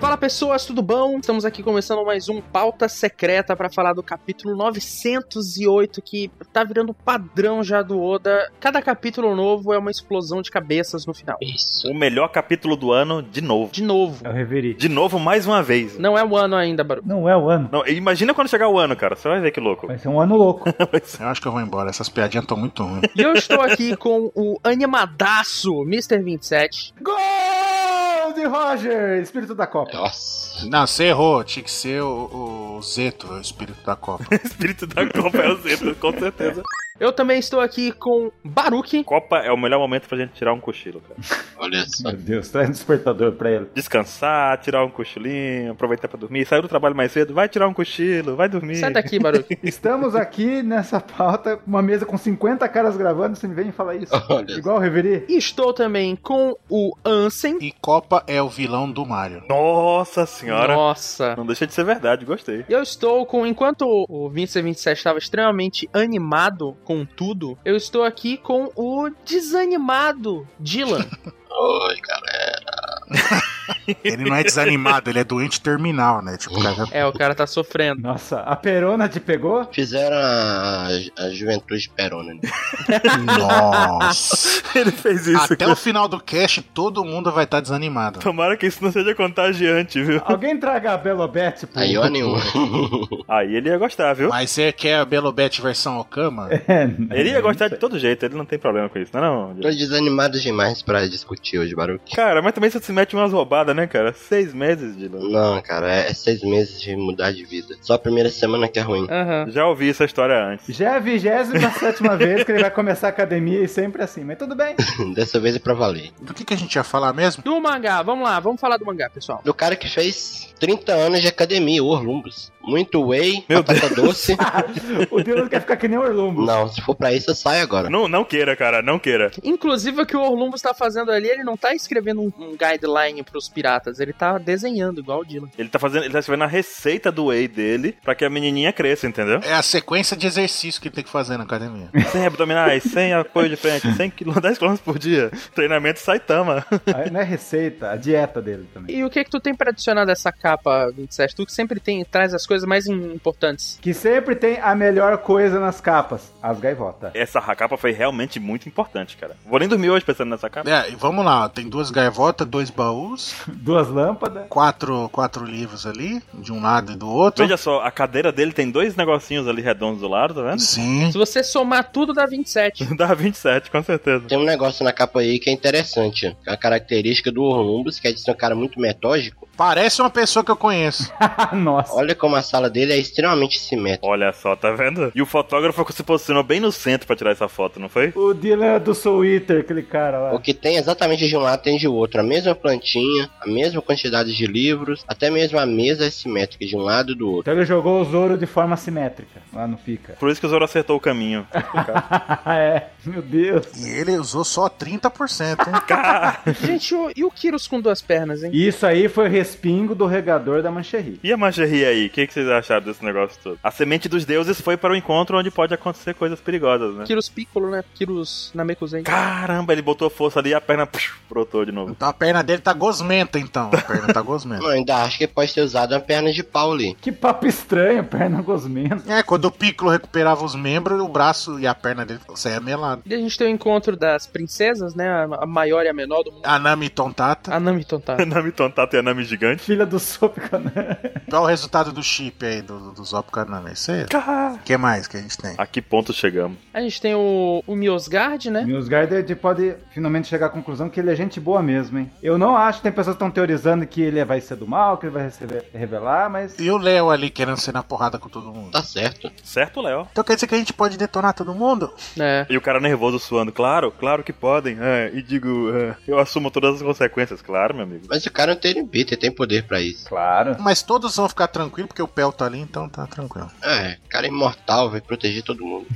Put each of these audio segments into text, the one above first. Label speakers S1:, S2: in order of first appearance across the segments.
S1: Fala pessoas, tudo bom? Estamos aqui começando mais um Pauta Secreta para falar do capítulo 908, que tá virando padrão já do Oda. Cada capítulo novo é uma explosão de cabeças no final.
S2: O melhor capítulo do ano, de novo.
S1: De novo.
S3: É o Reverie.
S2: De novo, mais uma vez.
S1: Não é o ano ainda, Baru.
S3: Não é o ano.
S2: Não, imagina quando chegar o ano, cara. Você vai ver que louco.
S3: Vai ser um ano louco.
S4: Eu acho que eu vou embora, essas piadinhas estão muito ruins.
S1: E eu estou aqui com o animadaço Mr. 27.
S3: Gol de Roger, espírito da Copa.
S5: Nossa.
S4: Não, você errou, tinha que ser o, o Zeto, o espírito da Copa.
S2: espírito da Copa é o Zeta, com certeza.
S1: Eu também estou aqui com Baruque.
S2: Copa é o melhor momento pra gente tirar um cochilo, cara.
S5: Olha só.
S3: Meu Deus, traz um despertador pra ele.
S2: Descansar, tirar um cochilinho, aproveitar pra dormir. Saiu do trabalho mais cedo, vai tirar um cochilo, vai dormir.
S1: Sai daqui, Baruque.
S3: Estamos aqui nessa pauta, uma mesa com 50 caras gravando, você me vem falar isso.
S5: Olha só.
S3: Igual o Reverie.
S1: E estou também com o Ansem.
S4: E Copa é o vilão do Mario.
S2: Nossa senhora.
S1: Nossa.
S2: Não deixa de ser verdade, gostei.
S1: E Eu estou com. Enquanto o Vince 27 estava extremamente animado com tudo, eu estou aqui com o desanimado Dylan.
S5: Oi, cara.
S4: Ele não é desanimado, ele é doente terminal, né? Tipo, o cara
S1: É, o cara tá sofrendo.
S3: Nossa, a perona te pegou?
S5: Fizeram a, a juventude perona, né?
S4: Nossa.
S2: Ele fez isso.
S4: Até o final do cast, todo mundo vai estar desanimado.
S2: Tomara que isso não seja contagiante, viu?
S3: Alguém traga a Belobete pro...
S5: Aí, ó, nenhuma.
S2: Aí ele ia gostar, viu?
S4: Mas você quer a Belobete versão Okama?
S2: Ele ia gostar de todo jeito, ele não tem problema com isso, não é não? Diego?
S5: Tô desanimado demais pra discutir hoje, Baruque.
S2: Cara, mas também você se mete umas roubadas, né, cara? Seis meses de novo.
S5: Não, cara, é é seis meses de mudar de vida. Só a primeira semana que é ruim.
S1: Aham.
S2: Já ouvi essa história antes.
S3: Já é a 27 vez que ele vai começar a academia e sempre assim, mas tudo bem.
S5: Dessa vez é pra valer.
S4: Do que, que a gente ia falar mesmo?
S1: E o mangá, vamos lá, vamos falar do mangá, pessoal.
S5: Do cara que fez 30 anos de academia, o Orlumbus. Muito whey,
S2: Meu
S5: batata doce.
S3: o Deus quer ficar que nem o Orlumbo.
S5: Não, se for pra isso, eu saio agora.
S2: Não, não queira, cara, não queira.
S1: Inclusive, o que o Orlumbus tá fazendo ali, ele não tá escrevendo um, um guideline pros piratas, ele tá desenhando igual o Dylan.
S2: Ele tá fazendo, ele tá escrevendo a receita do whey dele pra que a menininha cresça, entendeu?
S4: É a sequência de exercício que ele tem que fazer na academia.
S2: Sem abdominais, sem apoio de frente, 100 kg, 10 km por dia. Treinamento Saitama.
S3: Aí Não é receita, a dieta dele também.
S1: E o que que tu tem pra adicionar dessa capa 27? Tu que sempre tem, traz as coisas mais im- importantes.
S3: Que sempre tem a melhor coisa nas capas, as gaivotas.
S2: Essa capa foi realmente muito importante, cara. Vou nem dormir hoje pensando nessa capa.
S4: É, e vamos lá, tem duas gaivotas, dois baús,
S3: Duas lâmpadas.
S4: quatro, quatro livros ali, de um lado e do outro.
S2: Veja só, a cadeira dele tem dois negocinhos ali redondos do lado, tá vendo?
S4: Sim.
S1: Se você somar tudo, dá 27.
S2: Dá 27, com certeza.
S5: Tem um negócio na capa aí que é interessante. que é A característica do Orlumbus, que é de ser um cara muito metódico.
S4: Parece uma pessoa que eu conheço.
S3: Ah, Nossa.
S5: Olha como a sala dele é extremamente simétrica.
S2: Olha só, tá vendo? E o fotógrafo se posicionou bem no centro pra tirar essa foto, não foi?
S3: O Dylan é do Soul Eater, aquele cara
S5: O
S3: lá.
S5: que tem exatamente de um lado tem de outro. A mesma plantinha, a mesma quantidade de livros, até mesmo a mesa é simétrica de um lado e do outro.
S3: Então ele jogou o Zoro de forma simétrica, lá no Pica.
S2: Por isso que o Zoro acertou o caminho.
S3: é, meu Deus.
S4: E ele usou só 30%, hein?
S1: Gente, o- e o Kiros com duas pernas, hein?
S3: Isso aí foi o respingo do regador da Mancherry.
S2: E a mancherria aí? O que, que vocês acharam desse negócio todo? A semente dos deuses foi para o encontro onde pode acontecer coisas perigosas, né?
S1: Kiros Piccolo, né? Kiros Namekusei.
S2: Caramba, ele botou força ali e a perna psh, brotou de novo.
S4: Então a perna dele tá gosmenta, então. A perna tá gosmenta.
S5: Não, ainda acho que pode ter usado uma perna de pau ali.
S3: Que papo estranho, perna gosmenta.
S4: É, quando o Piccolo recuperava os membros, o braço e a perna dele saia melado.
S1: E a gente tem o encontro das princesas, né? A a maior e a menor do mundo.
S4: A Nami Tontata.
S1: A Nami Tontaro.
S2: Nami Tontato e a Nami Gigante.
S3: Filha do Sopicanã.
S4: Qual o resultado do chip aí do, do Zopcanama? É Isso aí.
S2: Cá.
S4: O que mais que a gente tem?
S2: A que ponto chegamos?
S1: A gente tem o, o Miosgard, né?
S3: Newsguard a gente pode finalmente chegar à conclusão que ele é gente boa mesmo, hein? Eu não acho, tem pessoas que estão teorizando que ele vai ser do mal, que ele vai receber, revelar, mas.
S4: E o Léo ali querendo ser na porrada com todo mundo.
S5: Tá certo.
S2: Certo, Léo?
S4: Então quer dizer que a gente pode detonar todo mundo?
S1: É.
S2: E o cara nervoso suando. Claro, claro que podem. é, e digo, é, eu assumo todas as consequências. Claro, meu amigo.
S5: Mas o cara não tem limite, ele tem poder pra isso.
S3: Claro.
S4: Mas todos vão ficar tranquilos, porque o Pel tá ali, então tá tranquilo.
S5: É, cara imortal, vai proteger todo mundo.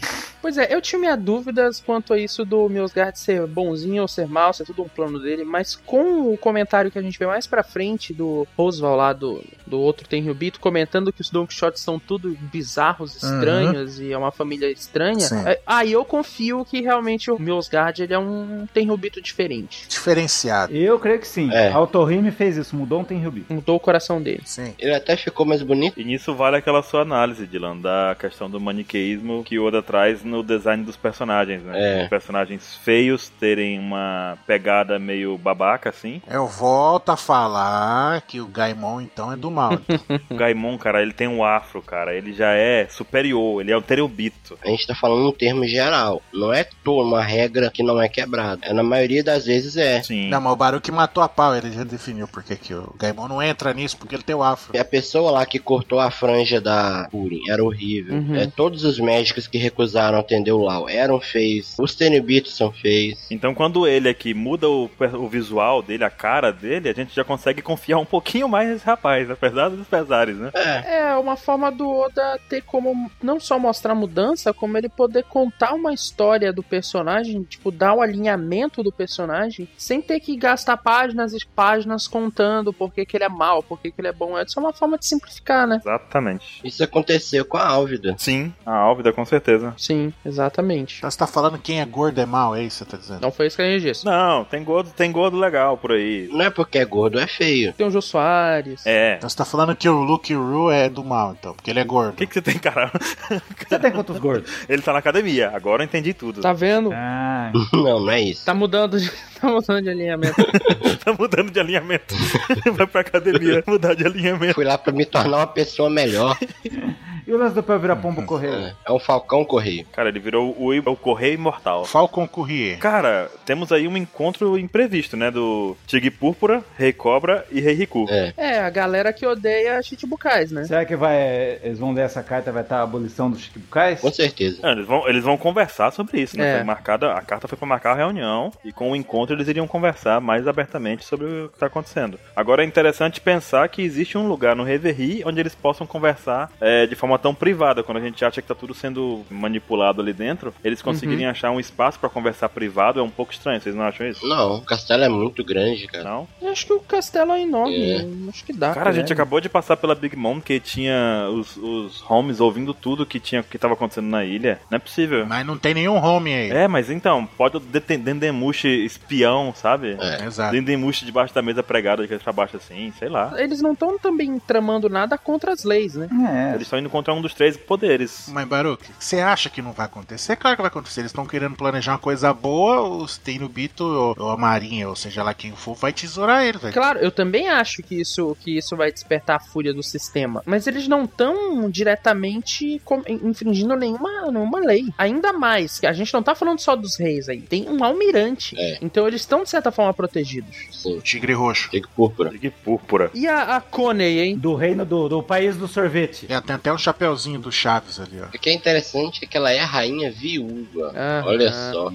S1: Pois é, eu tinha minhas dúvidas quanto a isso do Miosgard ser bonzinho ou ser mau, ser tudo um plano dele, mas com o comentário que a gente vê mais pra frente do Roosevelt lá, do, do outro Tenryubito, comentando que os Don Quixotes são tudo bizarros, estranhos, e é uma família estranha,
S4: Sim.
S1: é, aí eu confio que realmente o Miosgard ele é um Tenryubito diferente.
S4: Diferenciado.
S3: Eu creio que sim.
S5: É.
S3: A Autorime fez isso, mudou um Tenryubi.
S1: Mudou o coração dele.
S4: Sim.
S5: Ele até ficou mais bonito.
S2: E nisso vale aquela sua análise, Dylan, da questão do maniqueísmo que o Oda traz no design dos personagens, né?
S5: É.
S2: Os Personagens feios terem uma pegada meio babaca, assim.
S4: Eu volto a falar que o Gaimon, então, é do mal.
S2: O Gaimon, cara, ele tem um afro, cara. Ele já é superior, ele é o tereubito.
S5: A gente tá falando um termo geral. Não é toda uma regra que não é quebrada. É, na maioria das vezes é.
S2: Sim.
S4: Não, mas o Baruque matou a pau, ele já definiu por que que o Gaimon não entra nisso, porque ele tem o afro.
S5: E a pessoa lá que cortou a franja da Purin era horrível.
S1: Uhum.
S5: É, todos os médicos que recusaram atender o Lau eram feios. Os Tenebitos são feios.
S2: Então, quando ele aqui muda o, per- o visual dele, a cara dele, a gente já consegue confiar um pouquinho mais nesse rapaz, apesar dos pesares, né?
S5: É.
S1: É uma forma do Oda ter como não só mostrar mudança, como ele poder contar uma história do personagem, tipo, dar o alinhamento do personagem, sem ter que gastar páginas e páginas contando por que, que ele é mal, por que, que ele é bom. É só uma forma de simplificar, né?
S2: Exatamente.
S5: Isso aconteceu com a Álvida.
S2: Sim, a Álvida, com certeza.
S1: Sim, exatamente.
S4: Então você tá falando quem é gordo é mal, é isso que você tá dizendo?
S1: Não foi isso que eu disse.
S2: Não, tem gordo, tem gordo legal por aí.
S5: Não é porque é gordo, é feio.
S1: Tem o Jô Soares.
S2: É.
S4: Então você tá falando que o Luke Ru é do mal, então, porque ele é
S2: O
S4: gordo.
S2: que, que você tem, cara?
S3: Você tem quantos gordos?
S2: Ele tá na academia, agora eu entendi tudo. Tá,
S1: Tá vendo?
S3: Ah,
S5: Não, não é isso.
S1: Tá mudando de, tá mudando de alinhamento.
S2: Tá mudando de alinhamento. Vai pra academia mudar de alinhamento.
S5: Fui lá pra me tornar uma pessoa melhor.
S3: e o lance do Pel virar pombo correio?
S5: É, é um falcão correio.
S2: Cara, ele virou o, o Correio Imortal.
S4: Falcon Courier.
S2: Cara, temos aí um encontro imprevisto, né? Do Tigre Púrpura, Rei Cobra e Rei Riku.
S5: É.
S1: é, a galera que odeia Chichibukais, né?
S3: Será que vai. Eles vão ler essa carta vai estar a abolição dos Shikibukais?
S5: Com certeza.
S2: Ah, eles, vão, eles vão conversar sobre isso, né?
S1: É.
S2: Foi marcada, a carta foi pra marcar a reunião e com o encontro eles iriam conversar mais abertamente sobre o que tá acontecendo. Agora é interessante pensar que existe um lugar no Reverie onde eles possam conversar é, de forma tão privada. Quando a gente acha que tá tudo sendo manipulado ali dentro, eles conseguirem achar um espaço pra conversar privado é um pouco estranho, vocês não acham isso?
S5: Não, o castelo é muito grande, cara.
S2: Não?
S1: Eu acho que o castelo é enorme. Acho que dá.
S2: Cara, a
S1: né?
S2: gente acabou de passar pela Big Mom que tinha os, os homes ouvindo tudo que tinha que tava acontecendo na ilha. Não é possível.
S4: Mas não tem nenhum home aí.
S2: É, mas então, pode o Deten- Dendemushi espião, sabe?
S5: É.
S4: Exato.
S2: Dendemushi debaixo da mesa pregada, de pra baixo assim, sei lá.
S1: Eles não estão também tramando nada contra as leis, né?
S3: É.
S2: Eles estão indo contra um dos três poderes.
S4: Mas, Baruque, você acha que não vai acontecer? É Claro que vai acontecer. Eles estão querendo planejar uma coisa boa, os Tenubito ou, ou a Marinha, ou seja lá quem for, vai tesourar eles,
S5: É.
S4: velho.
S1: Claro, eu também acho que isso, que isso vai despertar a fúria do sistema. Mas eles não estão diretamente com- infringindo nenhuma, nenhuma lei. Ainda mais, que a gente não tá falando só dos reis aí. Tem um almirante.
S5: É.
S1: Então eles estão, de certa forma, protegidos.
S5: Sim.
S4: O Tigre Roxo.
S5: Tigre púrpura.
S2: Ligue púrpura.
S1: E a, a Coney, hein?
S3: Do reino do, do país do sorvete.
S4: É, tem até um chapeuzinho do Chaves ali, ó.
S5: O que é interessante é que ela é a rainha viúva.
S1: Ah,
S5: Olha
S1: ah.
S5: só.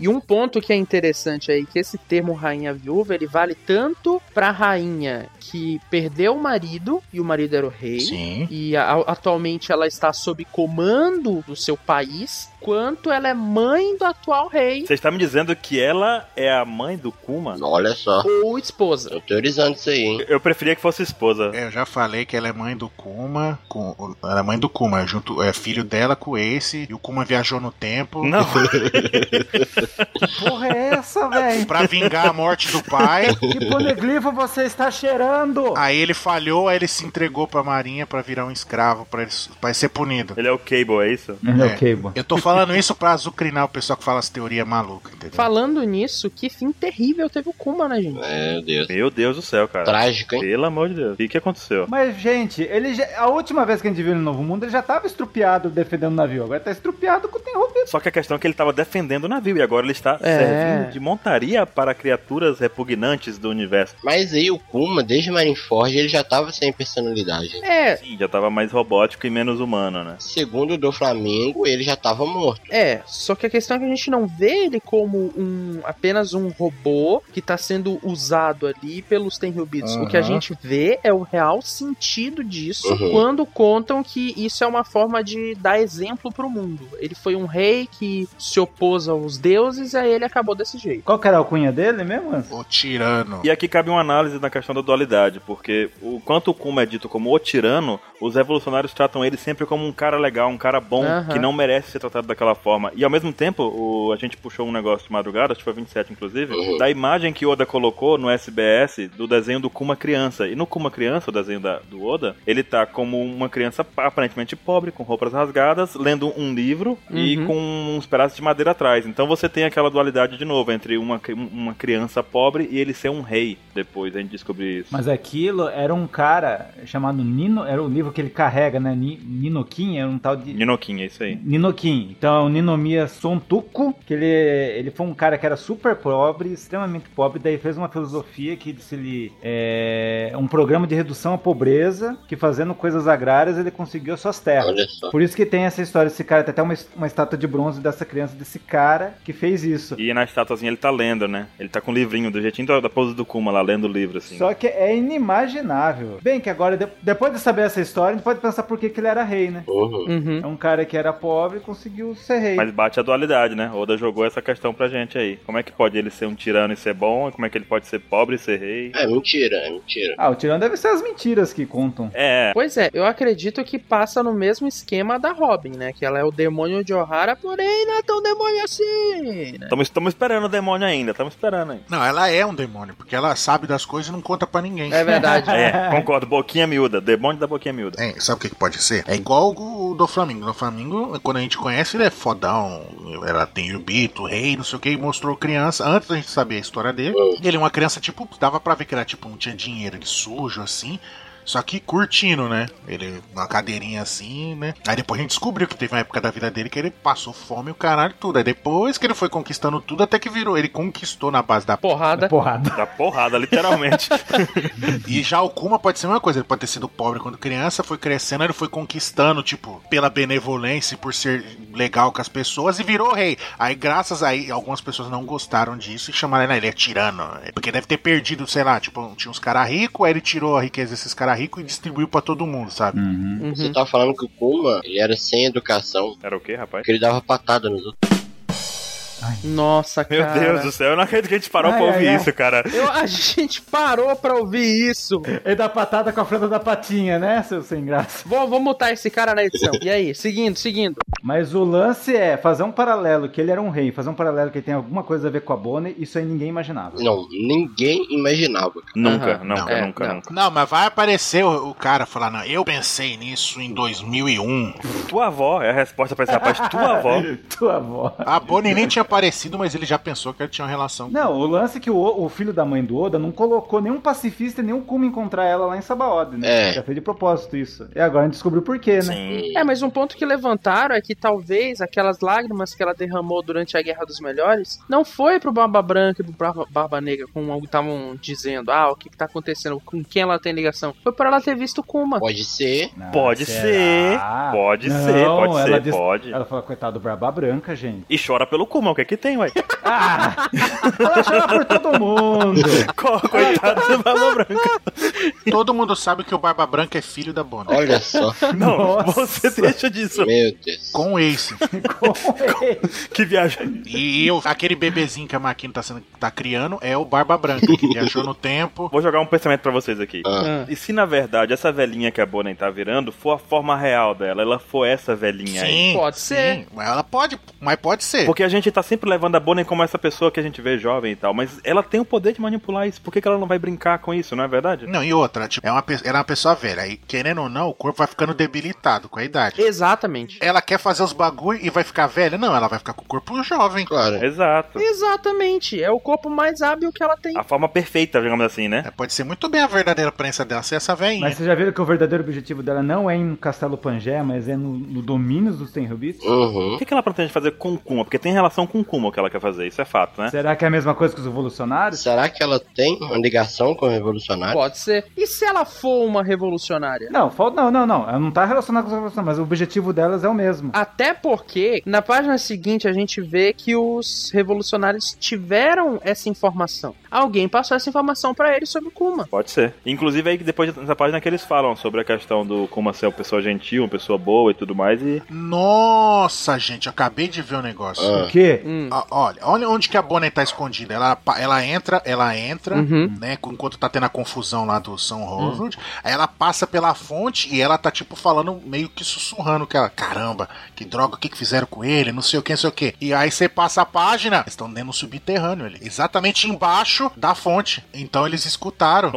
S1: E um ponto que é interessante aí, que esse termo rainha viúva, ele vale tanto pra rainha que perdeu o marido, e o marido era o rei.
S4: Sim.
S1: e a- atualmente ela está sob comando do seu país, quanto ela é mãe do atual rei
S2: Você está me dizendo que ela é a mãe do Kuma?
S5: Olha só.
S1: ou esposa.
S5: Tô teorizando isso aí, hein?
S2: Eu preferia que fosse esposa.
S4: É, Eu já falei que ela é mãe do Kuma. Com, ela é mãe do Kuma, junto, é filho dela com o Ace. E o Kuma viajou no tempo
S2: Não,
S3: Que porra é essa, velho?
S4: pra vingar a morte do pai.
S3: Que poneglifo você está cheirando?
S4: Aí ele falhou, aí ele se entregou pra Marinha pra virar um escravo, pra ele, pra ele ser punido.
S2: ele é o Cable, é isso?
S4: É.
S3: Ok, bom.
S4: Eu tô falando isso pra azucrinar o pessoal que fala as teorias malucas, entendeu?
S1: Falando nisso, que fim terrível teve o Kuma, né, gente?
S5: Meu Deus.
S2: Meu Deus do céu, cara.
S5: Trágico, hein?
S2: Pelo amor de Deus. O que, que aconteceu?
S3: Mas, gente, ele já- a última vez que a gente viu ele no Novo Mundo, ele já tava estrupiado defendendo o navio. Agora tá estrupiado com o Tenrobito.
S2: Só que a questão é que ele estava defendendo o navio e agora ele está
S1: É.
S2: servindo de montaria para criaturas repugnantes do universo.
S5: Mas aí o Kuma, desde Marineford, ele já tava sem personalidade.
S1: É,
S2: Sim, já tava mais robótico e menos humano, né?
S5: Segundo o do Flamengo, ele já tava morto.
S1: é. Só que a questão é que a gente não vê ele como um apenas um robô que tá sendo usado ali pelos Tenryubitos. O que a
S3: Aham.
S1: gente vê é o real sentido disso
S5: Uhum.
S1: quando contam que isso é uma forma de dar exemplo pro mundo. Ele foi um rei que se opôs aos deuses e aí ele acabou desse jeito.
S3: Qual que era a alcunha dele mesmo? Anson?
S4: O tirano.
S2: E aqui cabe uma análise na questão da dualidade, porque o quanto o Kuma é dito como o tirano, os revolucionários tratam ele sempre como um cara legal, um cara bom,
S1: Aham.
S2: que não merece ser tratado daquela forma. E ao mesmo tempo, o- a gente puxou um negócio de madrugada, acho que foi 27 inclusive,
S5: Uhum.
S2: da imagem que Oda colocou no SBS do desenho do Kuma criança. E no Kuma criança, o desenho da- do Oda, ele tá como uma criança aparentemente pobre, com roupas rasgadas, lendo um livro e
S1: Uhum.
S2: com uns pedaços de madeira atrás. Então você tem aquela dualidade de novo entre uma, cri- uma criança pobre e ele ser um rei depois. A gente descobre isso.
S3: Mas aquilo era um cara chamado Nino, era o livro que ele carrega, né? Ni- Ninokin, era um tal de.
S2: Ninoquinha, é isso aí.
S3: Ninokin. Então, é o Ninomiya Sontuku, que ele, ele foi um cara que era super pobre, extremamente pobre, daí fez uma filosofia que disse ele é um programa de redução à pobreza, que fazendo coisas agrárias ele conseguiu as suas terras.
S5: Olha só.
S3: Por isso que tem essa história desse cara, tem até uma, uma estátua de bronze dessa criança, desse cara que fez isso.
S2: E na estatuazinha ele tá lendo, né? Ele tá com o livrinho do jeitinho da, da pose do Kuma lá, lendo o livro, assim.
S3: Só que é inimaginável. Bem que agora, de- depois de saber essa história, a gente pode pensar por que, que ele era rei, né?
S5: Uhum.
S1: Uhum.
S3: É um cara que era pobre e conseguiu ser rei.
S2: Mas bate a dualidade, né? Oda jogou essa questão pra gente aí. Como é que pode ele ser um tirano e ser bom? Como é que ele pode ser pobre e ser rei?
S5: É mentira, é mentira.
S3: Ah, o tirão deve ser as mentiras que contam.
S2: É,
S1: Pois é, eu acredito que passa no mesmo esquema da Robin, né? Que ela é o demônio de O'Hara, porém não é tão demônio assim, né?
S2: estamos esperando o demônio ainda, estamos esperando ainda.
S4: Não, ela é um demônio, porque ela sabe das coisas e não conta pra ninguém.
S1: É verdade.
S2: É, concordo, boquinha miúda, demônio da boquinha miúda.
S4: É, sabe o que, que pode ser? É igual o do Flamengo. Do Flamengo, quando a gente conhece, ele é fodão. Ela tem o Bito, o rei, não sei o que, e mostrou criança, antes da gente saber a história dele. E ele é uma criança, tipo, dava pra ver que era tipo, não tinha dinheiro, ele sujo assim. Só que curtindo, né? Ele uma cadeirinha assim, né? Aí depois a gente descobriu que teve uma época da vida dele que ele passou fome e o caralho tudo. Aí depois que ele foi conquistando tudo, até que virou. Ele conquistou na base da
S1: Porrada.
S3: É Porrada.
S2: Da porrada, literalmente.
S4: E já o Kuma pode ser uma coisa, ele pode ter sido pobre quando criança, foi crescendo, ele foi conquistando, tipo, pela benevolência e por ser legal com as pessoas e virou rei. Aí, graças a ele, algumas pessoas não gostaram disso e chamaram ele, "Ah, ele é tirano. Porque deve ter perdido, sei lá, tipo, tinha uns caras ricos, aí ele tirou a riqueza desses caras ricos e distribuiu pra todo mundo, sabe?
S1: Uhum.
S5: Você tava falando que o Kuma, ele era sem educação,
S2: Era o quê, rapaz?
S5: porque ele dava patada nos outros.
S1: Nossa,
S2: Meu
S1: cara.
S2: Deus do céu, eu não acredito que a gente parou
S3: Ai,
S2: pra ouvir
S3: ai, ai.
S2: isso, cara.
S1: Eu- a gente parou pra ouvir isso.
S3: Ele dá patada com a frente da patinha, né, seu sem graça?
S1: Vou, vou mutar esse cara na edição. E aí? Seguindo, seguindo.
S3: Mas o lance é fazer um paralelo que ele era um rei, fazer um paralelo que ele tem alguma coisa a ver com a Bonnie, isso aí ninguém imaginava.
S5: Não, ninguém imaginava. cara.
S2: Nunca,
S1: Aham.
S2: nunca,
S1: É,
S2: nunca,
S1: não.
S2: nunca.
S4: Não, mas vai aparecer o, o cara falar, não, eu pensei nisso em 2001.
S2: Tua avó é a resposta pra esse rapaz,
S3: Ah,
S2: tua avó.
S3: Tua avó.
S4: A Bonnie nem tinha aparecido, mas ele já pensou que ele tinha uma relação com
S3: Não, o lance é que o, o filho da mãe do Oda não colocou nenhum pacifista e nenhum como encontrar ela lá em Sabaody, né?
S5: É.
S3: Já fez de propósito isso. E agora a gente descobriu por quê, né?
S2: Sim.
S1: É, mas um ponto que levantaram é que talvez aquelas lágrimas que ela derramou durante a Guerra dos Melhores não foi pro Barba Branca e pro Barba, Barba Negra, como estavam dizendo. Ah, o que, que tá acontecendo? Com quem ela tem ligação? Foi por ela ter visto Kuma.
S5: Pode ser.
S3: Não,
S2: Pode ser, pode ser, pode
S3: Ah. ela
S2: ser,
S3: disse-
S2: pode.
S3: Ela falou, coitado do Braba Branca, gente.
S2: E chora pelo Kuma, o que é que tem, ué?
S3: Ah, ela chora por todo mundo.
S2: Co-
S3: tá-
S2: Coitado do Barba Branca.
S4: Todo mundo sabe que o Barba Branca é filho da Bonnie.
S5: Olha só.
S2: Não,
S3: Nossa.
S2: você deixa disso.
S5: Meu Deus.
S4: Com o Ace.
S2: Que viagem.
S4: E eu, aquele bebezinho que a Maquina tá, sendo, tá criando é o Barba Branca, que viajou no tempo.
S2: Vou jogar um pensamento pra vocês aqui.
S1: Ah.
S2: E se na verdade essa velhinha que a Bonnie tá virando for a forma real dela, ela for essa velhinha aí?
S1: Pode ser.
S4: Mas ela pode, mas pode ser.
S2: Porque a gente tá se sempre levando a Bonnie como essa pessoa que a gente vê jovem e tal, mas ela tem o poder de manipular isso. Por que, que ela não vai brincar com isso, não é verdade?
S4: Não, e outra, tipo, é uma, pe- era uma pessoa velha. E querendo ou não, o corpo vai ficando debilitado com a idade.
S1: Exatamente.
S4: Ela quer fazer os bagulho e vai ficar velha? Não, ela vai ficar com o corpo jovem.
S5: Claro.
S2: Exato.
S1: Exatamente. É o corpo mais hábil que ela tem.
S2: A forma perfeita, digamos assim, né?
S4: É, pode ser muito bem a verdadeira prensa dela ser essa velhinha.
S3: Mas vocês já viram que o verdadeiro objetivo dela não é em Castelo Pangé, mas é no, no domínio dos Tenryubits?
S2: O
S5: Uhum.
S2: que, que ela pretende fazer com Kuma? Porque tem relação com Kuma o que ela quer fazer, isso é fato, né?
S3: Será que é a mesma coisa que os evolucionários?
S5: Será que ela tem uma ligação com o revolucionário?
S1: Pode ser. E se ela for uma revolucionária?
S3: Não, falta não, não, não. Ela não tá relacionada com os evolucionários, mas o objetivo delas é o mesmo.
S1: Até porque, na página seguinte, a gente vê que os revolucionários tiveram essa informação. Alguém passou essa informação pra eles sobre o Kuma.
S2: Pode ser. Inclusive aí que depois nessa página que eles falam sobre a questão do Kuma ser uma pessoa gentil, uma pessoa boa e tudo mais e
S4: Nossa, gente, eu acabei de ver o negócio.
S5: Ah.
S3: O quê?
S1: Hum.
S4: Ó, Olha, olha onde que a Bonnie tá escondida. Ela, pa- ela entra, ela entra,
S1: Uhum.
S4: né? Enquanto tá tendo a confusão lá do São Ronald. Aí ela passa pela fonte e ela tá, tipo, falando, meio que sussurrando que ela, caramba, que droga, o que que fizeram com ele? Não sei o que, não sei o que. E aí você passa a página, eles estão dentro do subterrâneo ali. Exatamente embaixo da fonte. Então eles escutaram.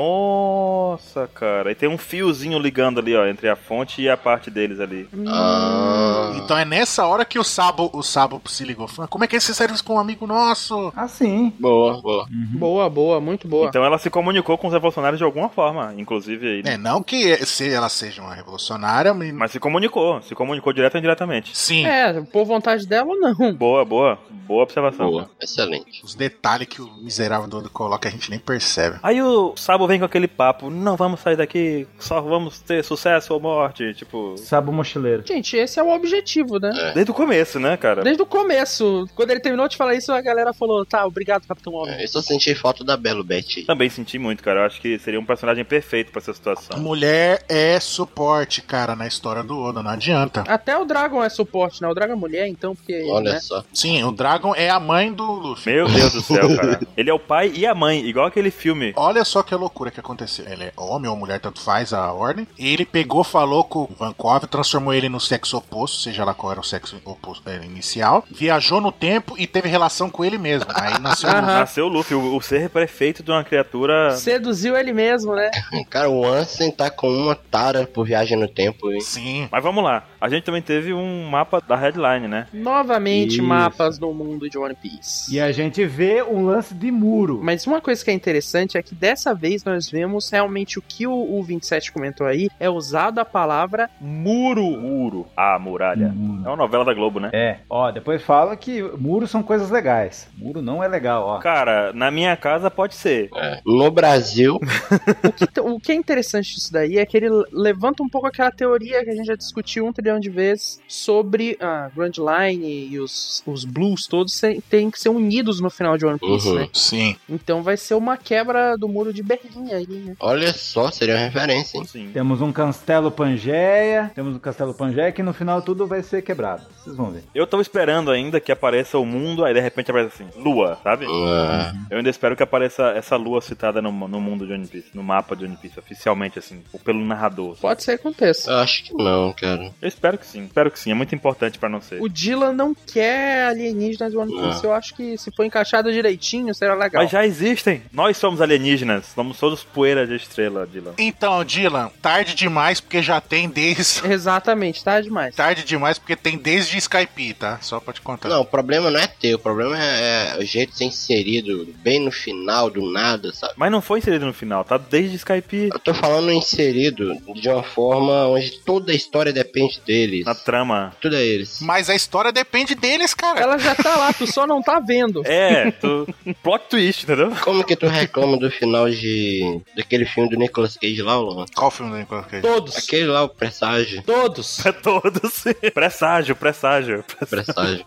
S2: Nossa, cara. E tem um fiozinho ligando ali, ó, entre a fonte e a parte deles ali.
S5: Ah.
S4: Então é nessa hora que o Sabo, o Sabo se ligou. Falou, como é que vocês saíram com um amigo nosso?
S3: Ah, sim.
S5: Boa, boa.
S1: Uhum. Boa, boa, muito boa.
S2: Então ela se comunicou com os revolucionários de alguma forma, inclusive aí.
S4: É, não que se ela seja uma revolucionária, mas...
S2: Mas se comunicou, se comunicou direto ou indiretamente.
S5: Então,
S4: Sim.
S1: É, por vontade dela ou não.
S2: Boa, boa, boa observação.
S5: Boa. Excelente.
S4: Os detalhes que o miserável do coloca a gente nem percebe.
S2: Aí o Sabo vem com aquele papo, não vamos sair daqui, só vamos ter sucesso ou morte, tipo...
S3: Sabo mochileiro.
S1: Gente, esse é o objetivo, né?
S2: Desde o começo, né, cara?
S1: Desde o começo, quando ele terminou de falar isso, a galera falou: tá, obrigado, Capitão Homem.
S5: É, Eu só senti falta da Belo Betty.
S2: Também senti muito, cara. Eu acho que seria um personagem perfeito pra essa situação.
S4: Mulher é suporte, cara, na história do Oda, não adianta.
S1: Até o Dragon é suporte, né? O Dragon é mulher, então, porque. né?
S5: Olha só.
S4: Sim, o Dragon é a mãe do Luffy.
S2: Meu Deus do céu, cara. Ele é o pai e a mãe, igual aquele filme.
S4: Olha só que loucura que aconteceu. Ele é homem ou mulher, tanto faz a ordem. Ele pegou, falou com o Vankov, transformou ele no sexo oposto, seja lá qual era o sexo oposto é, inicial. Viajou no tempo e teve relação com ele mesmo. Aí nasceu o
S1: Aham.
S4: Luffy.
S2: Nasceu o Luffy, o, o ser perfeito de uma criatura.
S1: Seduziu ele mesmo, né?
S5: Cara, o Ansem tá com uma tara por viagem no tempo, hein?
S4: Sim.
S2: Mas vamos lá. A gente também teve um mapa da headline, né?
S1: Novamente,
S3: Isso.
S1: mapas do mundo de One Piece.
S3: E é- a gente vê um lance de muro.
S1: Mas uma coisa que é interessante é que dessa vez nós vemos realmente o que o, o 27 comentou aí, é usado a palavra muro. Hum.
S2: Muro. A muralha. É uma novela da Globo, né?
S3: É, ó, depois fala que muros são coisas legais. Muro não é legal, ó.
S2: Cara, na minha casa pode ser.
S5: É. No Brasil,
S1: O que, o que é interessante disso daí é que ele levanta um pouco aquela teoria que a gente já discutiu um trilhão de vezes sobre a Grand Line e os, os blues todos se- têm que ser unidos no final de One Piece,
S5: Uhum.
S1: né?
S4: Sim.
S1: Então vai ser uma quebra do muro de Berlim aí, né?
S5: olha só, seria uma referência, hein?
S2: Sim.
S3: Temos um castelo Pangeia, temos um castelo Pangeia que no final tudo vai ser quebrado. Vocês vão ver.
S2: Eu tô esperando ainda que apareça o mundo, aí de repente aparece assim, lua, sabe?
S5: Ah,
S2: Eu ainda espero que apareça essa lua citada no, no mundo de One Piece, no mapa de One Piece, oficialmente, assim, ou pelo narrador.
S1: Pode ser que aconteça.
S5: eu acho que não, cara.
S2: Eu espero que sim, espero que sim, é muito importante pra não ser.
S1: O Dylan não quer alienígenas do One Piece. Eu acho que se for encaixado direitinho, será legal.
S2: Ah. Mas já existem. Nós somos alienígenas. Somos todos poeiras de estrela, Dylan.
S4: Então, Dylan, tarde demais porque já tem desde.
S1: Exatamente, tá demais.
S4: Tarde demais porque tem desde Skype, tá? Só pra te contar.
S5: Não, o problema não é teu, o problema é, é o jeito de ser inserido bem no final, do nada, sabe?
S2: Mas não foi inserido no final, tá? Desde Skype
S5: Eu tô falando inserido de uma forma onde toda a história depende deles.
S2: na trama.
S5: Tudo é eles.
S4: Mas a história depende deles, cara.
S1: Ela já tá lá, tu só não tá vendo.
S2: É, tu... plot twist, entendeu?
S5: Como que tu reclama do final de. daquele filme do Nicolas Cage lá, Luan?
S4: Qual o filme do Nicolas Cage?
S1: Todos,
S5: Aquele lá, o Presságio.
S1: todos.
S2: É todos. presságio, presságio.
S5: Presságio.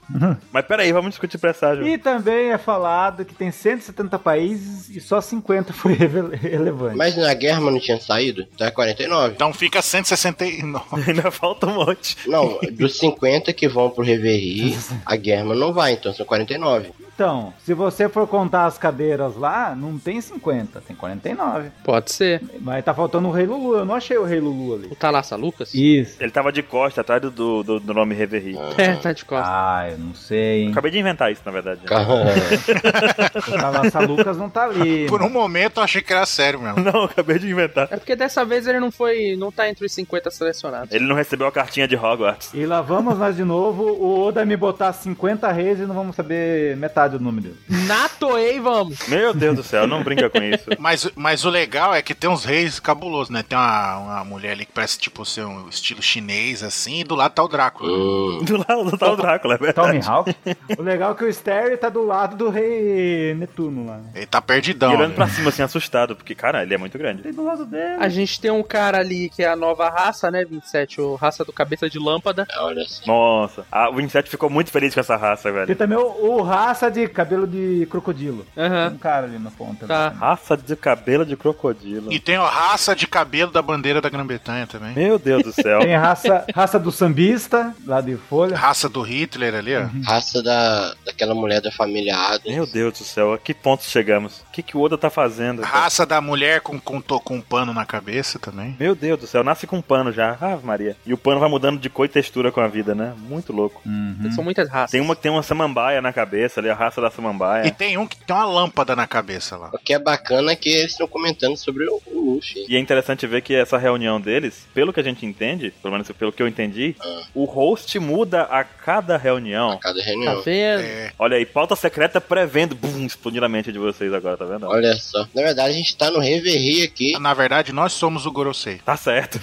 S2: Mas peraí, vamos discutir presságio.
S3: E também é falado que tem 170 países e só 50 foi rele- relevante.
S5: Mas na guerra mano, não tinha saído? Então é 49.
S4: Então fica 169.
S2: Ainda falta um monte.
S5: Não, dos 50 que vão pro Reverie, a Guerma não vai, então são 49.
S3: Então, se você for contar as cadeiras lá, não tem 50, tem 49.
S1: Pode ser.
S3: Mas tá faltando o Rei Lulu, eu não achei o Rei Lulu ali.
S1: O Talassa Lucas?
S3: Isso.
S2: Ele tava de costa, atrás do, do, do- do nome Reverie.
S1: É, tá de costas.
S3: Ah, eu não sei, hein.
S2: Acabei de inventar isso, na verdade.
S3: O Talassa Lucas não tá ali.
S4: Por um momento eu achei que era sério mesmo.
S2: Não, acabei de inventar.
S1: É porque dessa vez ele não foi. não tá entre os 50 selecionados.
S2: Ele não recebeu a cartinha de Hogwarts.
S3: E lá vamos nós de novo, o Oda me botar 50 reis e não vamos saber metade do nome dele.
S1: Na Toei, vamos!
S2: Meu Deus do céu, não brinca com isso.
S4: Mas, mas o legal é que tem uns reis cabulosos, né? Tem uma, uma mulher ali que parece, tipo, ser um estilo chinês, assim, e do lado tá o Drácula.
S5: Hum.
S2: Do lado tá o Drácula, é
S3: Tommy
S2: verdade.
S3: Hawk. O legal é que o Stereo tá do lado do rei Netuno lá. né?
S4: Ele tá perdidão.
S2: E olhando
S4: né?
S2: pra cima, assim, assustado, porque, cara, ele é muito grande.
S3: Tem tá do lado dele.
S1: A gente tem um cara ali que é a nova raça, né, 27? O raça do cabeça de lâmpada.
S5: É, Olha só.
S2: Nossa, a, o Inset ficou muito feliz com essa raça,
S3: Tem
S2: velho.
S3: também o, o raça de cabelo de crocodilo.
S1: Aham.
S3: Tem um cara ali na ponta.
S1: Tá.
S3: né?
S2: Raça de cabelo de crocodilo.
S4: E tem a raça de cabelo da bandeira da Grã-Bretanha também.
S2: Meu Deus do céu.
S3: Tem raça, raça do sambista, lá de Folha.
S4: Raça do Hitler ali, ó.
S5: Raça da, daquela mulher da família Adams.
S2: Meu Deus do céu, a que ponto chegamos? O que, que o Oda tá fazendo? cara?
S4: Raça da mulher com, com, to- com um pano na cabeça também.
S2: Meu Deus do céu, nasce com um pano já. Ave Maria. E o pano vai mudando de cor e textura com a vida, né? Muito louco.
S3: Uhum.
S1: São muitas raças.
S2: Tem uma que tem uma samambaia na cabeça ali, a raça da
S4: E
S2: samambaia.
S4: tem um que tem uma lâmpada na cabeça lá.
S5: O que é bacana é que eles estão comentando sobre o, o Luffy.
S2: E é interessante ver que essa reunião deles, pelo que a gente entende, pelo menos pelo que eu entendi, o host muda a cada reunião.
S5: Cada
S1: Tá
S5: reunião.
S1: vendo?
S4: É,
S2: Olha aí, pauta secreta prevendo, bum, explodindo a mente de vocês agora, tá vendo?
S5: Olha só. Na verdade, a gente tá no Reverie aqui.
S4: na verdade, nós somos o Gorosei.
S2: Tá certo.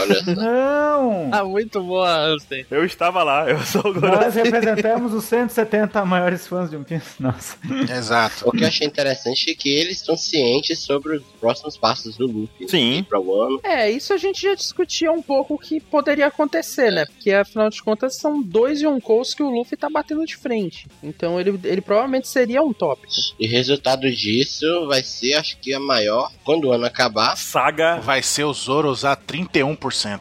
S5: Olha só.
S3: Não!
S1: Ah, muito boa, Ansem.
S2: Eu estava lá, eu sou o Goro.
S5: é
S3: Nós representamos os 170 maiores fãs de One Piece. Nossa.
S4: Exato.
S5: O que eu achei interessante é que eles estão cientes sobre os próximos passos do Luffy. né?
S2: Sim.
S5: Pra o ano.
S1: É, isso a gente já discutia um pouco o que poderia acontecer, né? Porque afinal de contas são dois Yonkous que o Luffy tá batendo de frente. Então ele, ele provavelmente seria um top.
S5: E resultado disso vai ser, acho que, a maior. Quando o ano acabar,
S2: Saga,
S4: Vai ser o Zoro usar 31%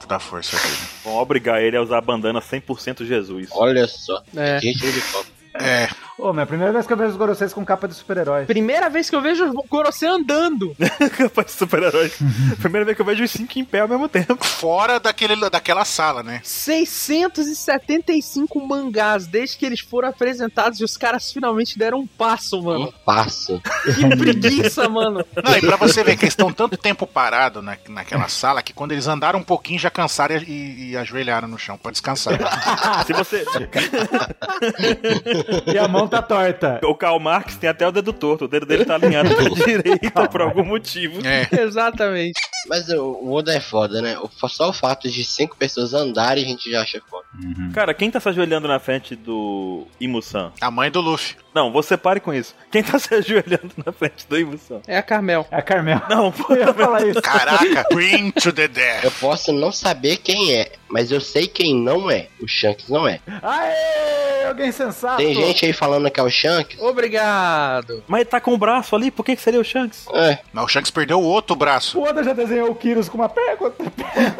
S4: da força dele.
S2: vão obrigar ele a usar a bandana 100% Jesus.
S5: olha só.
S1: É.
S5: Ritmo de copo.
S4: É,
S3: Ô, mas é a primeira vez que eu vejo os Goroseis com capa de super-herói.
S1: Primeira vez que eu vejo o Gorosei andando.
S2: Capa de super-herói. Primeira vez que eu vejo os cinco em pé ao mesmo tempo.
S4: fora daquele, daquela sala, né?
S1: 675 mangás desde que eles foram apresentados e os caras finalmente deram um passo, mano.
S5: Um passo.
S1: Que preguiça, mano.
S4: Não, e pra você ver que eles estão tanto tempo parado na, naquela sala que quando eles andaram um pouquinho já cansaram e, e ajoelharam no chão pra descansar.
S5: Ah.
S2: Se você.
S3: E a mão tá torta.
S2: O Karl Marx tem até o dedo torto, o dedo dele tá alinhado pra direita por algum motivo.
S4: É.
S1: Exatamente.
S5: Mas o o Oda é foda, né? O- Só o fato de cinco pessoas andarem, a gente já acha foda.
S2: Cara, quem tá se ajoelhando na frente do Imusan?
S4: A mãe do Luffy.
S2: Não, você pare com isso. Quem tá se ajoelhando na frente do Imusan?
S1: É a Carmel.
S3: É a Carmel.
S2: Não, pô.
S3: Eu ia falar isso.
S4: Caraca, bring to the death.
S5: Eu posso não saber quem é, mas eu sei quem não é. O Shanks não é.
S3: Aê! Alguém sensato!
S5: Tem gente aí falando que é o Shanks?
S1: Obrigado.
S2: Mas ele tá com o braço ali, por que, que seria o Shanks?
S5: É,
S4: Mas o Shanks perdeu o outro braço.
S3: O Oda já desenhou o Kyrus com uma pégua.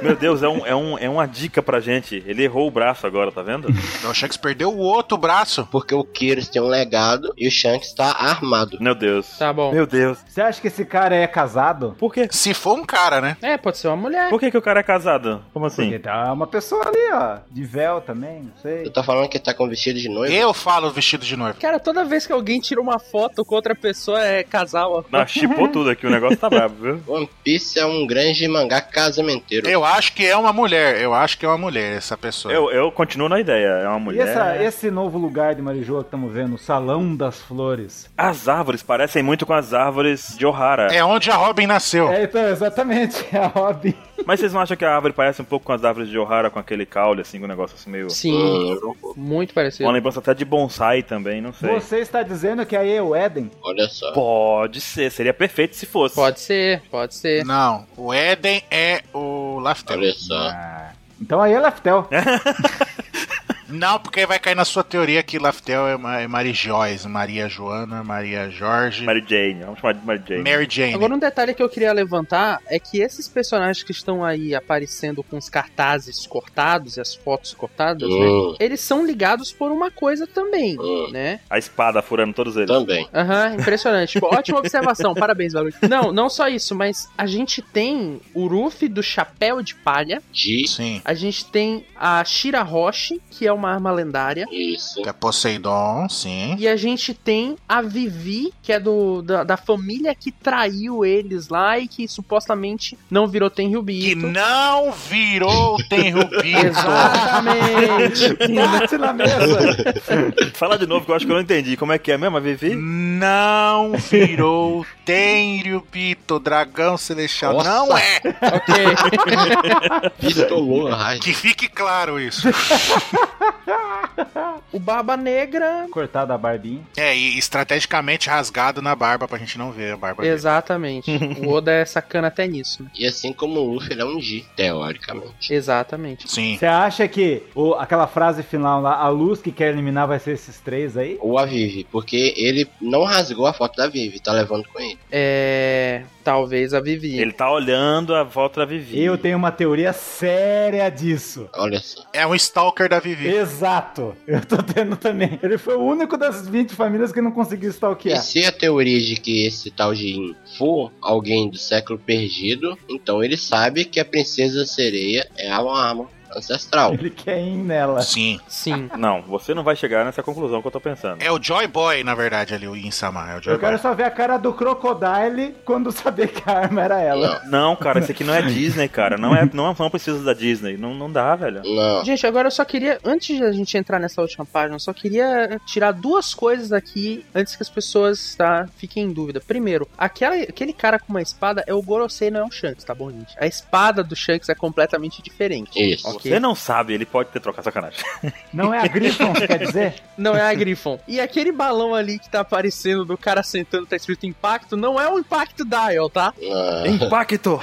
S2: Meu Deus, é, um, é, um, é uma dica pra gente. Ele errou o braço agora, tá vendo?
S4: O Shanks perdeu o outro braço.
S5: porque o Kyrus tem um legado e o Shanks tá armado.
S2: Meu Deus.
S1: Tá bom.
S2: Meu Deus.
S3: Você acha que esse cara é casado?
S2: Por quê?
S4: Se for um cara, né?
S1: É, pode ser uma mulher.
S2: Por que, que o cara é casado? Como
S3: Porque
S2: assim?
S3: tá uma pessoa ali, ó. De véu também, não
S5: Tu
S3: sei.
S5: tá falando que tá com vestido de noiva?
S4: Eu falo vestido de noiva.
S1: Cara, toda vez que alguém tira uma foto com outra pessoa é casal. ó.
S2: Não, Ah, chipou tudo aqui, o negócio tá brabo, viu?
S5: One Piece é um grande mangá casamenteiro.
S4: Eu acho que é uma mulher. Eu acho que é uma mulher essa pessoa.
S2: Eu, eu continuo na ideia. É uma
S3: E
S2: mulher.
S3: essa- esse novo lugar de Marijoa que estamos vendo, o Salão das Flores.
S2: As árvores parecem muito com as árvores de Ohara.
S4: É onde a Robin
S2: Oh.
S4: nasceu.
S3: É, então, exatamente, é a Robin.
S2: Mas vocês não acham que a árvore parece um pouco com as árvores de Ohara, com aquele caule, assim, com um negócio assim meio.
S1: Sim, muito parecido.
S2: Uma lembrança até de bonsai também, não sei.
S3: Você está dizendo que aí é o Éden?
S5: Olha só.
S2: Pode ser, seria perfeito se fosse.
S1: Pode ser, pode ser.
S4: Não, o Eden é o Laftel.
S5: Olha só.
S2: É.
S3: Ah, então aí é Leftel.
S4: Não, porque aí vai cair na sua teoria que Laftel é, Ma- é Maria Joyce, Maria Joana, Maria Jorge,
S2: Mary Jane, vamos chamar de Mary Jane.
S4: Mary Jane.
S1: Agora, um detalhe que eu queria levantar é que esses personagens que estão aí aparecendo com os cartazes cortados e as fotos cortadas, né?
S5: Hum,
S1: Eles são ligados por uma coisa também,
S5: hum,
S1: né?
S2: A espada furando todos eles.
S5: também.
S1: Aham, impressionante. Tipo, ótima observação, parabéns, Balu. Não, não só isso, mas a gente tem o Ruffy do Chapéu de Palha,
S5: De
S4: Sim.
S1: a gente tem a Shira Roche, que é uma arma lendária,
S5: isso.
S4: É Poseidon, sim.
S1: E a gente tem a Vivi, que é do, da, da família que traiu eles lá e que supostamente não virou
S4: Que
S1: Tenryubito.
S4: não virou o Tenryubito.
S1: Exatamente!
S3: Bate na mesa!
S2: Fala de novo que eu acho que eu não entendi. Como é que é mesmo, a Vivi?
S4: não virou o Tenryubito, dragão celestial.
S5: Nossa.
S4: Não é.
S1: ok.
S5: Pistolou a raiva.
S4: Que fique claro isso.
S1: O Barba Negra.
S3: Cortada a barbinha.
S4: É, e estrategicamente rasgado na barba pra gente não ver a barba dele.
S1: Exatamente. O Oda é sacana até nisso. né?
S5: E assim como o Luffy, ele é um G, teoricamente.
S1: Exatamente.
S4: Sim.
S3: Você acha que o- aquela frase final lá, a luz que quer eliminar vai ser esses três aí?
S5: Ou a Vivi, porque ele não rasgou a foto da Vivi, tá levando com ele.
S1: É. Talvez a Vivi.
S2: Ele tá olhando a volta da Vivi.
S3: Eu tenho uma teoria séria disso.
S5: Olha só.
S4: É um stalker da Vivi.
S3: Exato. Eu tô tendo também. Ele foi o único das 20 famílias que não conseguiu
S5: E
S2: é.
S3: stalkear.
S5: se a teoria de que esse tal Jin for alguém do século perdido, então ele sabe que a princesa sereia é uma arma ancestral.
S3: Ele quer ir nela.
S4: Sim.
S1: Sim.
S2: Não, você não vai chegar nessa conclusão que eu tô pensando.
S4: É o Joy Boy, na verdade, ali, o Insama. É o Joy
S3: Eu
S4: Boy.
S3: quero só ver a cara do Crocodile quando saber que a arma era ela.
S2: Não, cara, isso aqui não é Disney, cara. Não é, não, não precisa da Disney. Não, não dá, velho.
S5: Não.
S1: Gente, agora eu só queria, antes de a gente entrar nessa última página, eu só queria tirar duas coisas daqui antes que as pessoas tá, fiquem em dúvida. Primeiro, aquela, aquele cara com uma espada é o Gorosei, não é o Shanks, tá bom, gente? A espada do Shanks é completamente diferente.
S5: Isso.
S1: Ok?
S2: Você não sabe, ele pode ter trocado sacanagem.
S3: Não é a Griffon, quer dizer?
S1: Não é a Griffon. E aquele balão ali que tá aparecendo do cara sentando, tá escrito impacto, não é o impacto dial, tá?
S5: Não.
S2: Impacto!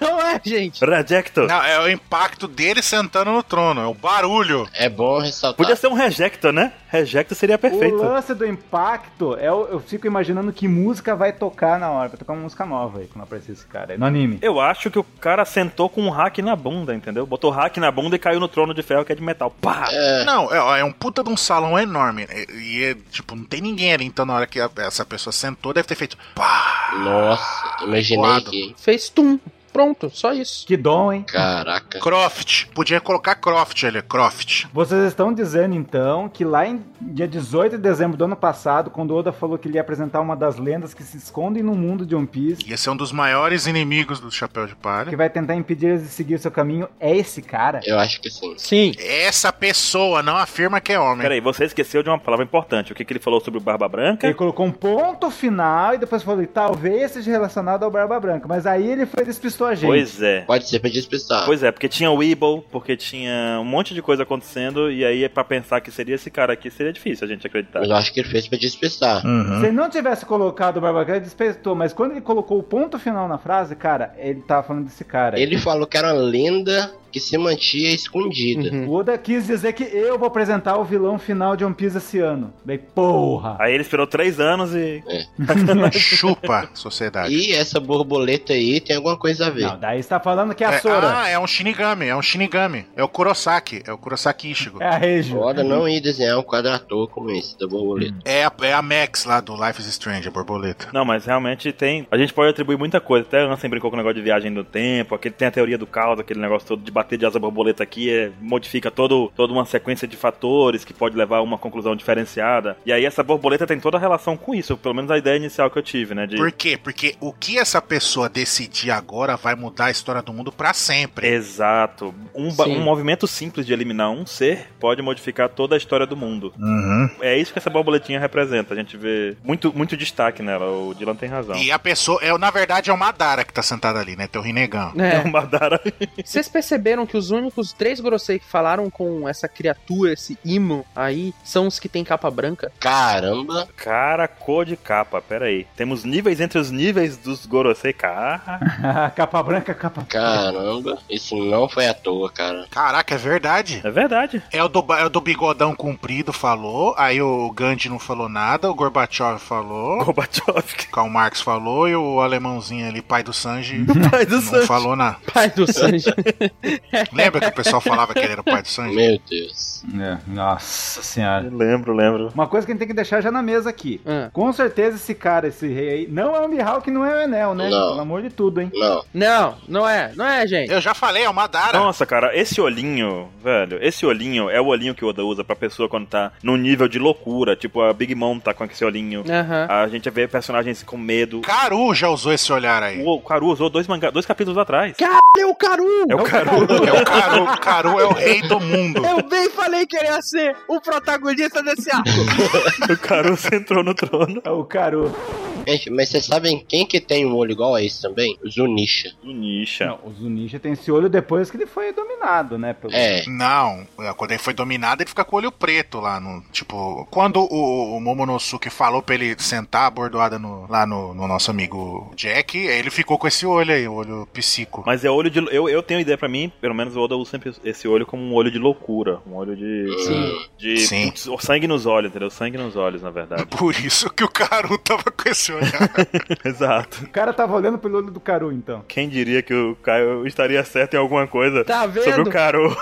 S1: Não é, gente.
S2: Rejecto!
S4: Não, é o impacto dele sentando no trono. É o barulho.
S5: É bom ressaltar.
S2: Podia ser um rejecto, né? Rejecto seria perfeito.
S3: O lance do impacto é o- eu fico imaginando que música vai tocar na hora. Vai tocar uma música nova aí quando aparecer esse cara aí, no anime.
S2: Eu acho que o cara sentou com um hack na bunda, entendeu? Botou hack na bunda e caiu no trono de ferro que é de metal. Pá!
S5: É,
S4: Não, é, ó, é um puta de um salão enorme. E, e é, tipo, não tem ninguém ali. Então, na hora que a- essa pessoa sentou, deve ter feito. Pá!
S5: nossa, imaginei
S4: Quadro.
S5: que.
S1: Fez tum. Pronto, só isso.
S3: Que dom, hein?
S5: Caraca.
S4: Croft. Podia colocar Croft ali, Croft.
S3: Vocês estão dizendo então que lá em dia 18 de dezembro do ano passado, quando o Oda falou que ele ia apresentar uma das lendas que se escondem no mundo de One Piece,
S4: Ia ser um dos maiores inimigos do Chapéu de
S3: que
S4: Palha.
S3: vai tentar impedir eles de seguir o seu caminho, é esse cara?
S5: Eu acho que sim.
S1: Sim.
S4: Essa pessoa não afirma que é homem.
S2: Peraí, você esqueceu de uma palavra importante. O que, que ele falou sobre o Barba Branca?
S3: Ele colocou um ponto final e depois falou: talvez seja relacionado ao Barba Branca. Mas aí ele foi e despistou a gente.
S2: Pois é.
S5: Pode ser pra dispensar.
S2: Pois é, porque tinha o Weeble, porque tinha um monte de coisa acontecendo, e aí é pra pensar que seria esse cara aqui seria difícil a gente acreditar.
S5: Mas eu acho que ele fez pra
S2: Hum,
S5: dispensar.
S4: Uhum.
S3: Se ele não tivesse colocado o Barba Branca, ele despistou. Mas quando ele colocou o ponto final na frase, cara, ele tava falando desse cara.
S5: Ele falou que era uma lenda que se mantinha escondida.
S1: Uhum.
S3: O Oda quis dizer que eu vou apresentar o vilão final de One Piece esse ano. Daí, porra!
S2: Aí ele esperou três anos e.
S4: Chupa, sociedade.
S5: E essa borboleta aí tem alguma coisa a ver.
S3: Não, daí você tá falando que é a
S4: É,
S3: Sora.
S4: ah, é um Shinigami, é um Shinigami. É o Kurosaki, é o Kurosaki Ishigo.
S3: É a Regio.
S5: Foda não ir desenhar um quadrator como esse da
S3: Hum.
S5: borboleta.
S4: É, a, é a Max lá do Life is Strange, a borboleta.
S2: Não, mas realmente tem. A gente pode atribuir muita coisa. Até Ansem brincou com o negócio de viagem do tempo. Aquele tem a teoria do caos, aquele negócio todo de bater de asa borboleta aqui. É, modifica todo, toda uma sequência de fatores que pode levar a uma conclusão diferenciada. E aí essa borboleta tem toda a relação com isso. Pelo menos a ideia inicial que eu tive, né? De...
S4: Por quê? Porque o que essa pessoa decidir agora vai mudar a história do mundo pra sempre.
S2: Exato. Um, ba-
S1: Sim.
S2: um movimento simples de eliminar um ser pode modificar toda a história do mundo.
S4: Uhum.
S2: É isso que essa borboletinha representa. A gente vê muito, muito destaque nela. O Dylan tem razão.
S4: E a pessoa, é, na verdade, é o Madara que tá sentada ali, né? Teu Rinnegan.
S2: É
S1: É.
S2: o Madara.
S1: Vocês perceberam que os únicos três Gorosei que falaram com essa criatura, esse imã aí, são os que tem capa branca?
S5: Caramba,
S2: Cara, cor de capa, peraí. Temos níveis entre os níveis dos Gorosei. Cara,
S3: a capa capa branca, capa.
S5: Caramba, isso não foi à toa, cara.
S4: Caraca, é verdade.
S2: É verdade.
S4: É o, do, ba- é o do bigodão comprido falou, aí o Gandhi não falou nada, o Gorbachev falou,
S2: Gorbachev.
S4: o Karl Marx falou e o alemãozinho ali, pai do Sanji,
S2: Pai do
S4: não
S2: céu.
S4: falou nada.
S1: Pai do Sanji.
S4: Lembra que o pessoal falava que ele era o pai do Sanji?
S5: Meu Deus.
S3: É, nossa senhora.
S2: Lembro, lembro.
S3: Uma coisa que a gente tem que deixar já na mesa aqui.
S1: Ah.
S3: Com certeza esse cara, esse rei aí, não é o Mihawk, não é o Enel, né?
S5: Não.
S3: Pelo amor de tudo, hein?
S5: Não,
S1: Não, não é, não é, gente.
S4: Eu já falei, é o Madara.
S2: Nossa, cara, esse olhinho, velho, esse olhinho é o olhinho que o Oda usa pra pessoa quando tá num nível de loucura. Tipo, a Big Mom tá com esse olhinho.
S1: Aham.
S2: A gente vê personagens com medo.
S4: Caru já usou esse olhar aí.
S2: O Karu usou dois, manga... dois capítulos atrás.
S1: Caralho, o Caru!
S2: É o Karu.
S4: É o Caru, o Caru é o rei do mundo.
S1: Eu bem falei que ele ia ser o protagonista desse arco.
S2: o Karu entrou no trono.
S3: É o Caru.
S5: gente, mas vocês sabem quem que tem um olho igual a esse também? O Zunisha.
S2: O Nisha.
S3: Não, o Zunisha tem esse olho depois que ele foi dominado, né? Pelo...
S5: É,
S4: Não, quando ele foi dominado, ele fica com o olho preto lá no. Tipo, quando o, o Momonosuke falou pra ele sentar a bordoada no- lá no, no nosso amigo Jack, ele ficou com esse olho aí, o olho psico.
S2: Mas é olho de. Eu, eu tenho ideia pra mim, pelo menos o Oda usa sempre esse olho como um olho de loucura. Um olho de.
S1: Sim.
S2: De.
S4: Sim.
S2: putz, o sangue nos olhos, entendeu? Sangue nos olhos, na verdade.
S4: Por isso que o Caru tava com esse olhar.
S2: Exato.
S3: O cara tava olhando pelo olho do Caru, então.
S2: Quem diria que o Caio estaria certo em alguma coisa
S1: Tá
S2: sobre
S1: vendo?
S2: o Karu?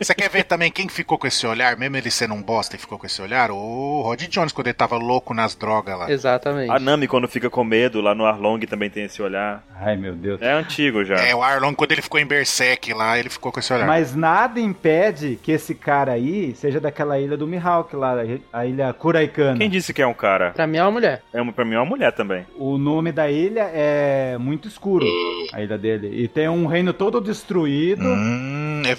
S4: Você quer ver também quem que ficou com esse olhar, mesmo ele sendo um bosta e ficou com esse olhar? O Rod Jones, quando ele tava louco nas drogas lá.
S1: Exatamente.
S2: A Nami, quando fica com medo, lá no Arlong também tem esse olhar.
S3: Ai, meu Deus.
S2: É antigo já.
S4: É, o Arlong, quando ele ficou em Berserk lá, ele ficou com esse olhar.
S3: Mas nada impede que esse cara aí seja daquela ilha do Mihawk lá, a ilha Kuraikana.
S2: Quem disse que é um cara?
S1: Pra mim é uma mulher.
S2: É uma, pra mim é uma mulher também.
S3: O nome da ilha é muito escuro, a ilha dele. E tem um reino todo destruído.
S4: Hum, é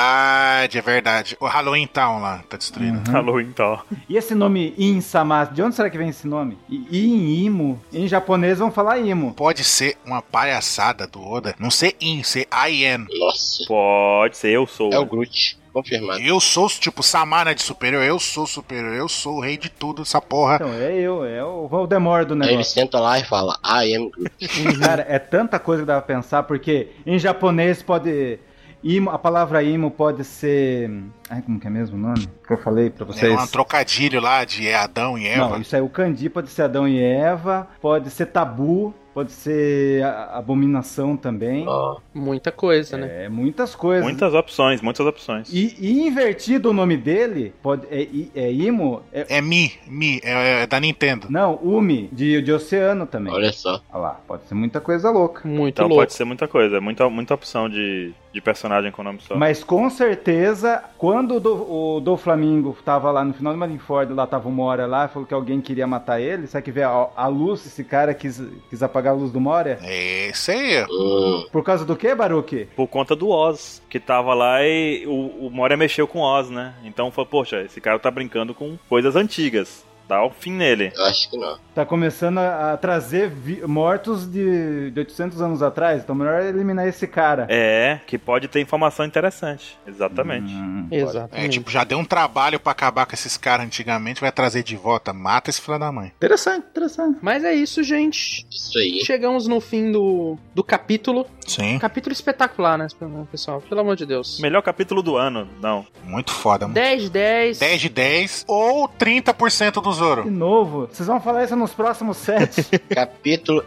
S4: verdade, é verdade. O Halloween Town lá, tá destruído.
S3: Uhum.
S2: Halloween tal.
S3: E esse nome Insama, de onde será que vem esse nome? I- In Imo. Em japonês vão falar Imo.
S4: Pode ser uma palhaçada do Oda. Não ser in, ser I am.
S5: nossa.
S2: Pode ser, eu sou.
S5: É o Groot. Confirmado.
S4: Eu sou, tipo, Samana de superior, eu sou superior, eu sou o rei de tudo, essa porra.
S3: Então, é eu, é o Voldemort do
S5: Aí ele
S3: negócio.
S5: senta lá e fala, I am Groot.
S3: Cara, é tanta coisa que dá pra pensar, porque em japonês pode... Imo, a palavra Imo pode ser... Ai, como que é mesmo o nome? Que eu falei pra
S4: É
S3: vocês.
S4: um trocadilho lá de Adão e Eva.
S3: Não, isso aí, o Kandi pode ser Adão e Eva, pode ser tabu, pode ser a- abominação também.
S5: Ó,
S1: Muita coisa, né?
S3: É, muitas coisas.
S2: Muitas opções, muitas opções.
S3: E, e invertido o nome dele, pode, é, I- é Imo, é,
S4: É Mi, Mi, é, é da Nintendo.
S3: não, Umi, de, de oceano também. Olha
S5: olha só.
S3: lá, pode ser muita coisa louca.
S1: Muito
S2: Então
S1: louco.
S2: pode ser muita coisa, muita, muita opção de, de personagem com nome só.
S3: Mas com certeza, quando o do, o do Flamingo tava lá no final de Marineford, lá tava o Moria lá, falou que alguém queria matar ele, sabe que vê a, a luz, esse cara quis, quis apagar a luz do Moria?
S4: É isso aí.
S5: Hum,
S3: Por causa do que, Baruque?
S2: Por conta do Oz, que tava lá e o, o Moria mexeu com o Oz, né? Então foi, poxa, esse cara tá brincando com coisas antigas. Dá um fim nele.
S5: eu acho que não.
S3: Tá começando a, a trazer vi- mortos de, de 800 anos atrás, então melhor eliminar esse cara.
S2: É, que pode ter informação interessante. Exatamente.
S3: Hum,
S4: É,
S1: Exatamente.
S4: tipo, já deu um trabalho pra acabar com esses caras antigamente, vai trazer de volta, mata esse filho da mãe.
S3: Interessante, interessante.
S1: Mas é isso, gente.
S5: Isso aí.
S1: Chegamos no fim do, do capítulo.
S4: Sim.
S1: Capítulo espetacular, né, pessoal? Pelo amor de Deus.
S2: Melhor capítulo do ano. Não.
S4: Muito foda, mano.
S1: 10 10.
S4: 10 de 10 ou 30%
S3: De
S4: do Zoro.
S3: novo, vocês vão falar isso nos próximos sete.
S5: Capítulo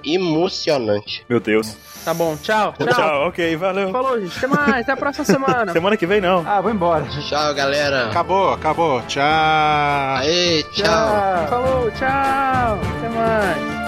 S5: emocionante.
S2: Meu Deus.
S1: Tá bom, tchau, tchau.
S2: Tchau, ok, valeu.
S1: Falou, gente. Até mais. Até a próxima semana.
S2: Semana que vem não.
S3: ah, vou embora.
S5: Tchau, galera.
S4: Acabou, acabou. Tchau.
S5: Aê, tchau.
S3: Tchau.
S1: Falou, tchau. Até mais.